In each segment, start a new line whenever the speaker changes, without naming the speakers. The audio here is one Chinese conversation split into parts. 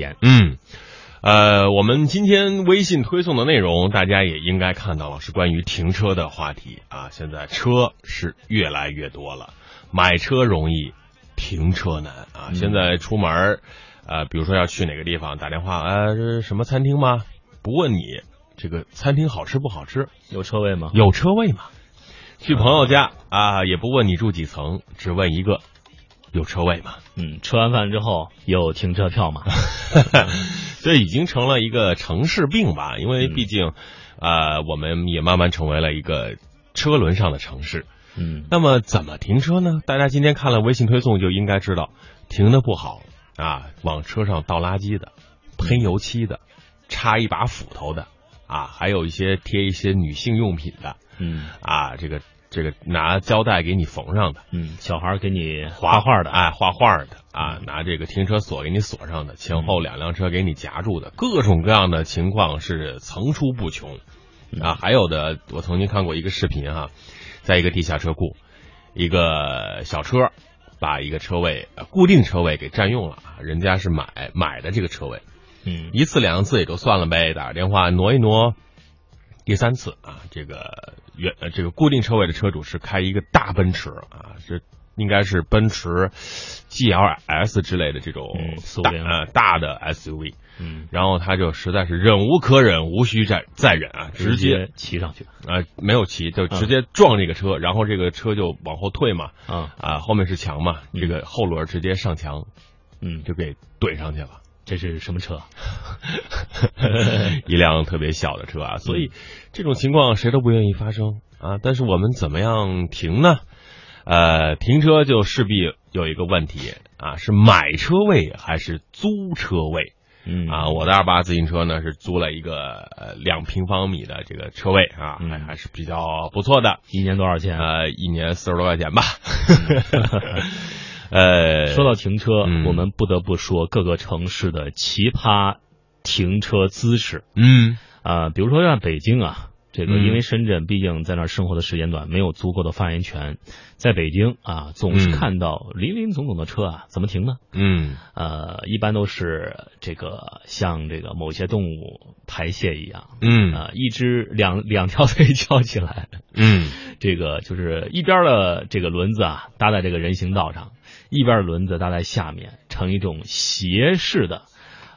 言。
嗯，呃，我们今天微信推送的内容，大家也应该看到了，是关于停车的话题啊。现在车是越来越多了，买车容易，停车难啊。
嗯
现在出门儿，呃，比如说要去哪个地方，打电话，呃，这是什么餐厅吗？不问你这个餐厅好吃不好吃，
有车位吗？
有车位吗？去朋友家啊，也不问你住几层，只问一个，有车位吗？
嗯，吃完饭之后有停车票 吗？
这已经成了一个城市病吧？因为毕竟，呃，我们也慢慢成为了一个车轮上的城市。
嗯
那么怎么停车呢？大家今天看了微信推送就应该知道，停的不好啊，往车上倒垃圾的、喷油漆的、插一把斧头的啊，还有一些贴一些女性用品的
嗯
啊，这个这个拿胶带给你缝上的。
嗯，小孩儿给你画画的，
哎，画画的啊，拿这个停车锁给你锁上的，前后两辆车给你夹住的，各种各样的情况是层出不穷啊。还有的，我曾经看过一个视频哈、在一个地下车库，一个小车把一个车位呃固定车位给占用了啊，人家是买买的这个车位，
嗯
一次两次也就算了呗，打个电话挪一挪。第三次啊，这个原呃这个固定车位的车主是开一个大奔驰啊，这应该是奔驰 GLS 之类的这种
嗯四五
大、
零
呃大的 SUV，
嗯，
然后他就实在是忍无可忍，无需再再忍啊，直接
骑上去
啊、没有骑就直接撞这个车，然后这个车就往后退嘛，
啊，
啊、后面是墙嘛，这个后轮直接上墙
嗯，
就给怼上去了。
这是什么车？
一辆特别小的车啊，所
嗯
以这种情况谁都不愿意发生啊。但是我们怎么样停呢？呃，停车就势必有一个问题啊，是买车位还是租车位
嗯
啊？我的二八自行车呢是租了一个呃两平方米的这个车位啊，还
嗯
还是比较不错的，
一年多少钱？
呃，一年四十多块钱 吧。 呃，
说到停车，
嗯
我们不得不说各个城市的奇葩停车姿势
嗯
啊、比如说像北京啊，这个
嗯
因为深圳毕竟在那儿生活的时间短，没有足够的发言权，在北京啊，总是
嗯
看到林林总总的车啊，怎么停呢？
嗯
呃，一般都是这个像这个某些动物排泄一样。
嗯
啊，一只两 两条腿翘起来，
嗯
这个就是一边的这个轮子啊搭在这个人行道上，一边的轮子搭在下面，成一种斜式的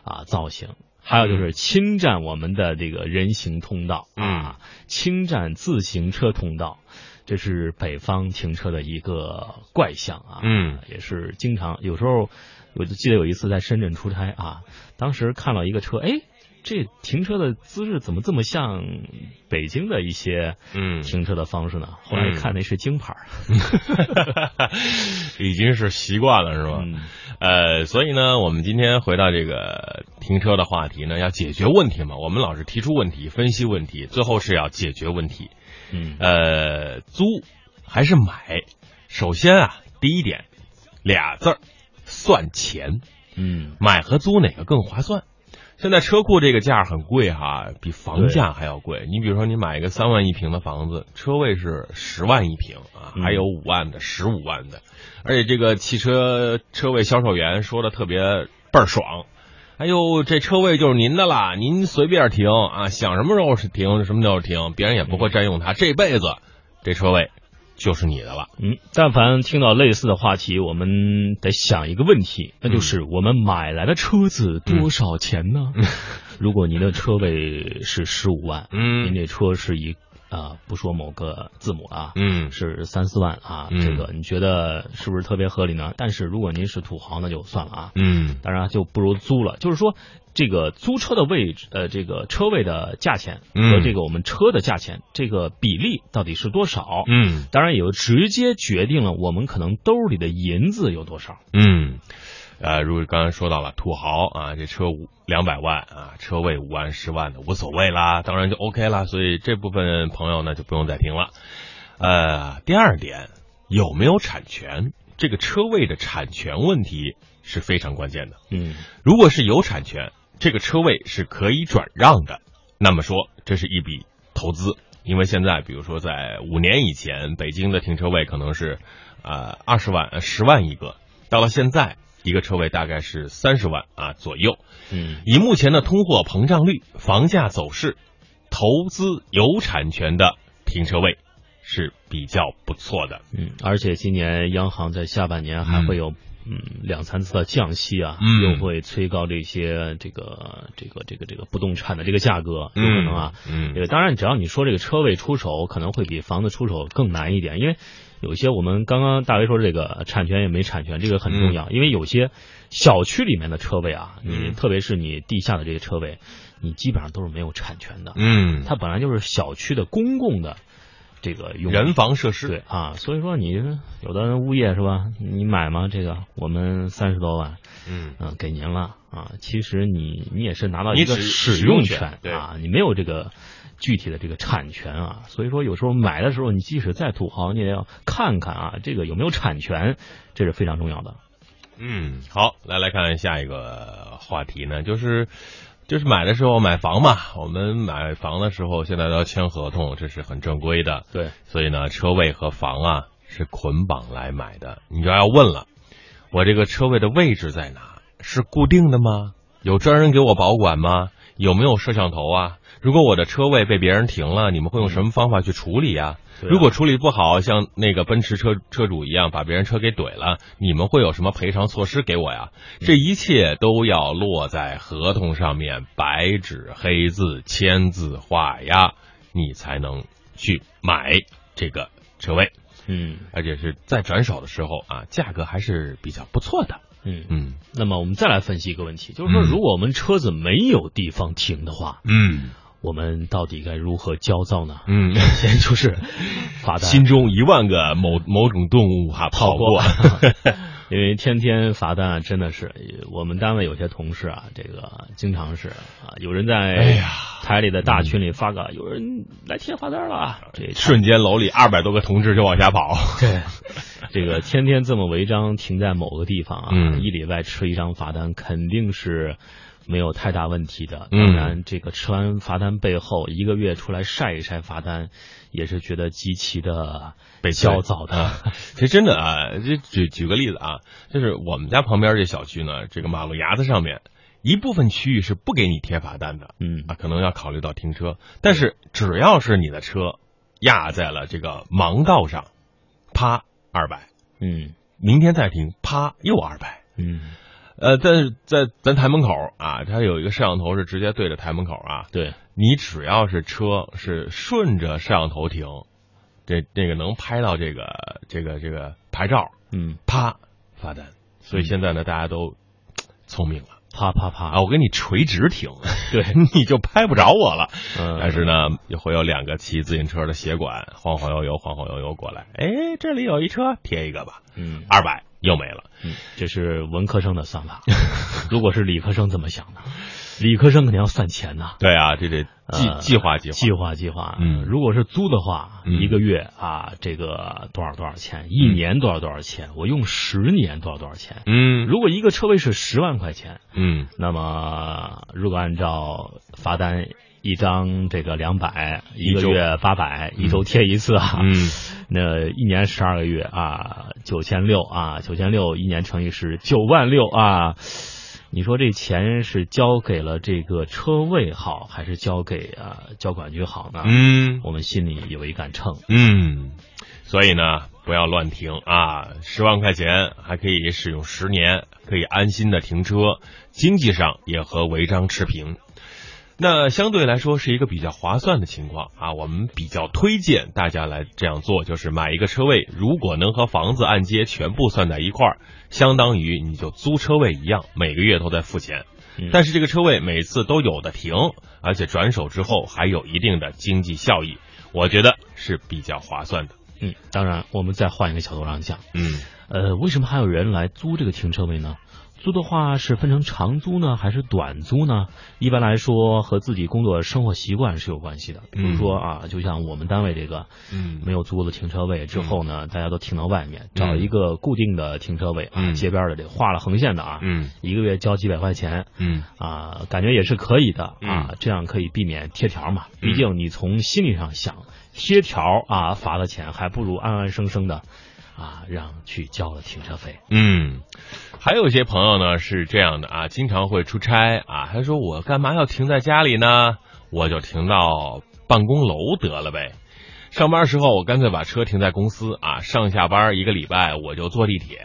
啊造型。还有就是侵占我们的这个人行通道啊，侵占自行车通道，这是北方停车的一个怪象啊。
嗯
也是经常有时候，我就记得有一次在深圳出差啊，当时看到一个车，哎，这停车的姿势怎么这么像北京的一些
嗯，
停车的方式呢？后来一看那是京牌儿，
已经是习惯了是吧？
嗯
呃，所以呢，我们今天回到这个停车的话题呢，要解决问题嘛。我们老是提出问题，分析问题，最后是要解决问题。
嗯
呃，租还是买？首先啊，第一点，俩字儿，算钱。
嗯
买和租哪个更划算？现在车库这个价很贵哈、比房价还要贵。你比如说，你买一个三万一平的房子，车位是十万一平啊，
嗯
还有五万的、十五万的，而且这个汽车车位销售员说的特别倍儿爽。哎呦，这车位就是您的啦，您随便停啊，想什么时候是停什么时候停，别人也不会占用它。这辈子这车位就是你的了。
嗯，但凡听到类似的话题，我们得想一个问题，那就是我们买来的车子多少钱呢？ 如果您的车位是十五万，您
嗯
这车是一啊、不说某个字母了啊，
嗯
是三四万啊，
嗯
这个你觉得是不是特别合理呢？但是如果您是土豪，那就算了啊，
嗯
当然就不如租了。就是说，这个租车的位置，呃，这个车位的价钱
嗯
和这个我们车的价钱，这个比例到底是多少？
嗯
当然也就直接决定了我们可能兜里的银子有多少。
嗯，呃，如果刚才说到了土豪啊，这车五两百万啊，车位五万十万的无所谓啦，当然就 OK 啦。所以这部分朋友呢就不用再听了。呃，第二点，有没有产权？这个车位的产权问题是非常关键的。
嗯
如果是有产权，这个车位是可以转让的，那么说这是一笔投资，因为现在比如说在五年以呃前，北京的停车位可能是呃二十万、十万一个，到了现在一个车位大概是三十万啊左右。
嗯
以目前的通货膨胀率、房价走势，投资有产权的停车位是比较不错的。
嗯，而且今年央行在下半年还会有嗯两三次的降息啊，
嗯
又会催高这些这个这个这个这个不动产的这个价格，有可能啊。
嗯，
这个当然，只要你说这个车位出手，可能会比房子出手更难一点，因为有些我们刚刚大为说这个产权也没产权，这个很重要，因为有些小区里面的车位啊，你、
嗯
特别是你地下的这些车位，你基本上都是没有产权的，
嗯，
它本来就是小区的公共的这个用地
人防设施，
对啊，所以说你有的物业是吧？你买吗？这个我们三十多万，
嗯
嗯、给您了啊。其实你你也是拿到
你
一个
只
使
使用
用
权对
啊，你没有这个具体的这个产权啊。所以说有时候买的时候，你即使再土豪，你也要看看啊，这个有没有产权，这是非常重要的。
嗯，好，来来看下一个话题呢，就是。就是买的时候买房嘛，我们买房的时候现在都要签合同，这是很正规的。
对，
所以呢，车位和房啊是捆绑来买的。你就要问了，我这个车位的位置在哪？是固定的吗？有专人给我保管吗？有没有摄像头啊？如果我的车位被别人停了，你们会用什么方法去处理啊？
对啊
如果处理不好，像那个奔驰车车主一样把别人车给怼了，你们会有什么赔偿措施给我呀？这一切都要落在合同上面，白纸黑字签字画押，你才能去买这个车位，
嗯
而且是在转手的时候啊，价格还是比较不错的。
嗯。
嗯
那么我们再来分析一个问题，就是说，
嗯
如果我们车子没有地方停的话，
嗯
我们到底该如何焦躁呢？
嗯，
首先就是罚单，
心中一万个某某种动物哈、跑过。
因为天天罚单啊，真的是呃我们单位有些同事啊，这个经常是啊，有人
哎
在
呀
台里的大群里发个，有人来贴罚单了啊，这
瞬间楼里二百多个同志就往下跑。
对， 这个天天这么违章停在某个地方啊，
嗯
一礼拜吃一张罚单肯定是没有太大问题的。
嗯
当然，这个吃完罚单背后一个月出来晒一晒罚单，也是觉得极其的
被啊
焦躁的。
其实真的啊，这举举个例子啊，就是我们家旁边这小区呢，这个马路牙子上面一部分区域是不给你贴罚单的
嗯
啊，可能要考虑到停车，但是只要是你的车压在了这个盲道上，啪二百，
嗯
明天再停，啪又二百。
嗯，
呃，但是在咱台门口啊，它有一个摄像头是直接对着台门口啊，
对，
你只要是车是顺着摄像头停，这这个能拍到这个这个这个牌照，
嗯，
啪罚单。所以现在呢，大家都嘖聪明了
啪啪啪，
啊，我给你垂直停，
对，
你就拍不着我了。
嗯，
但是呢，也会有两个骑自行车的协管晃晃悠悠、晃晃悠悠过来，哎，这里有一车，贴一个吧，
嗯。
二百又没了。
嗯，这是文科生的算法。 如果是理科生怎么想的？理科生肯定要算钱呐、
对啊，这得计
呃
计划计划。
计划计划。
嗯
如果是租的话，
嗯
一个月啊，这个多少多少钱？一年多少多少钱？我用十年多少多少钱？
嗯
如果一个车位是十万块钱，
嗯
那么如果按照罚单一张这个两百，一个
周
月八百，一周贴一次啊，
嗯
那一年十二个月啊，九千六啊，九千六一年乘以十，九万六啊。你说这钱是交给了这个车位好，还是交给啊交管局好呢？
嗯
我们心里有一杆秤。
嗯，所以呢，不要乱停啊！十万块钱还可以使用十年，可以安心的停车，经济上也和违章持平。那相对来说是一个比较划算的情况啊，我们比较推荐大家来这样做，就是买一个车位，如果能和房子按揭全部算在一块儿，相当于你就租车位一样，每个月都在付钱。
嗯
但是这个车位每次都有的停，而且转手之后还有一定的经济效益，我觉得是比较划算的。
嗯，当然，我们再换一个角度上讲，
嗯
呃，为什么还有人来租这个停车位呢？租的话是分成长租呢，还是短租呢？一般来说和自己工作生活习惯是有关系的。比如说啊，就像我们单位这个，
嗯
没有租的停车位之后呢，大家都停到外面，找一个固定的停车位啊，
嗯
街边的这个画了横线的啊，
嗯
一个月交几百块钱
嗯
啊，感觉也是可以的啊，这样可以避免贴条嘛。
嗯
毕竟你从心理上想，贴条啊罚的钱，还不如安安生生的啊让去交了停车费。
嗯，还有一些朋友呢是这样的啊，经常会出差啊，他说我干嘛要停在家里呢？我就停到办公楼得了呗。上班时候我干脆把车停在公司啊，上下班一个礼拜我就坐地铁。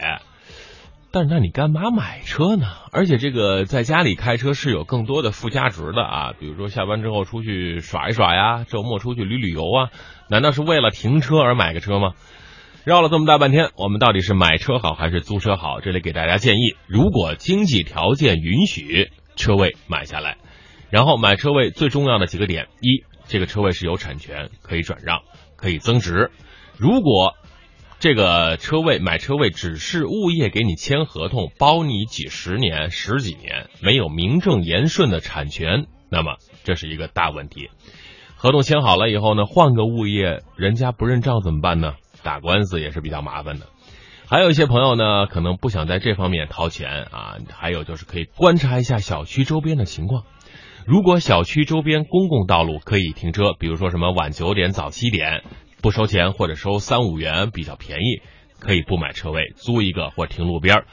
但是那你干嘛买车呢？而且这个在家里开车是有更多的附加值的啊，比如说下班之后出去耍一耍呀，周末出去旅旅游啊，难道是为了停车而买个车吗？绕了这么大半天，我们到底是买车好还是租车好？这里给大家建议：如果经济条件允许，车位买下来。然后买车位最重要的几个点：一，这个车位是有产权，可以转让，可以增值。如果这个车位买车位只是物业给你签合同，包你几十年、十几年，没有名正言顺的产权，那么这是一个大问题。合同签好了以后呢，换个物业，人家不认账怎么办呢？打官司也是比较麻烦的。还有一些朋友呢，可能不想在这方面掏钱啊，还有就是可以观察一下小区周边的情况。如果小区周边公共道路可以停车，比如说什么晚九点、早七点，不收钱或者收三五元，比较便宜，可以不买车位，租一个或停路边儿。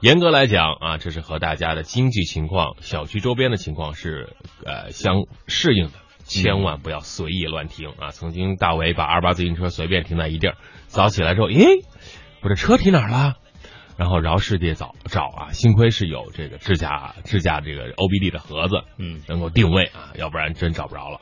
严格来讲啊，这是和大家的经济情况、小区周边的情况是呃相适应的，千万不要随意乱停啊！曾经大伟把二八自行车随便停在一地儿，早起来之后，咦，我这车停哪儿了？然后饶世界找找啊，幸亏是有这个智驾智驾这个 OBD 的盒子，
嗯，
能够定位啊，要不然真找不着了。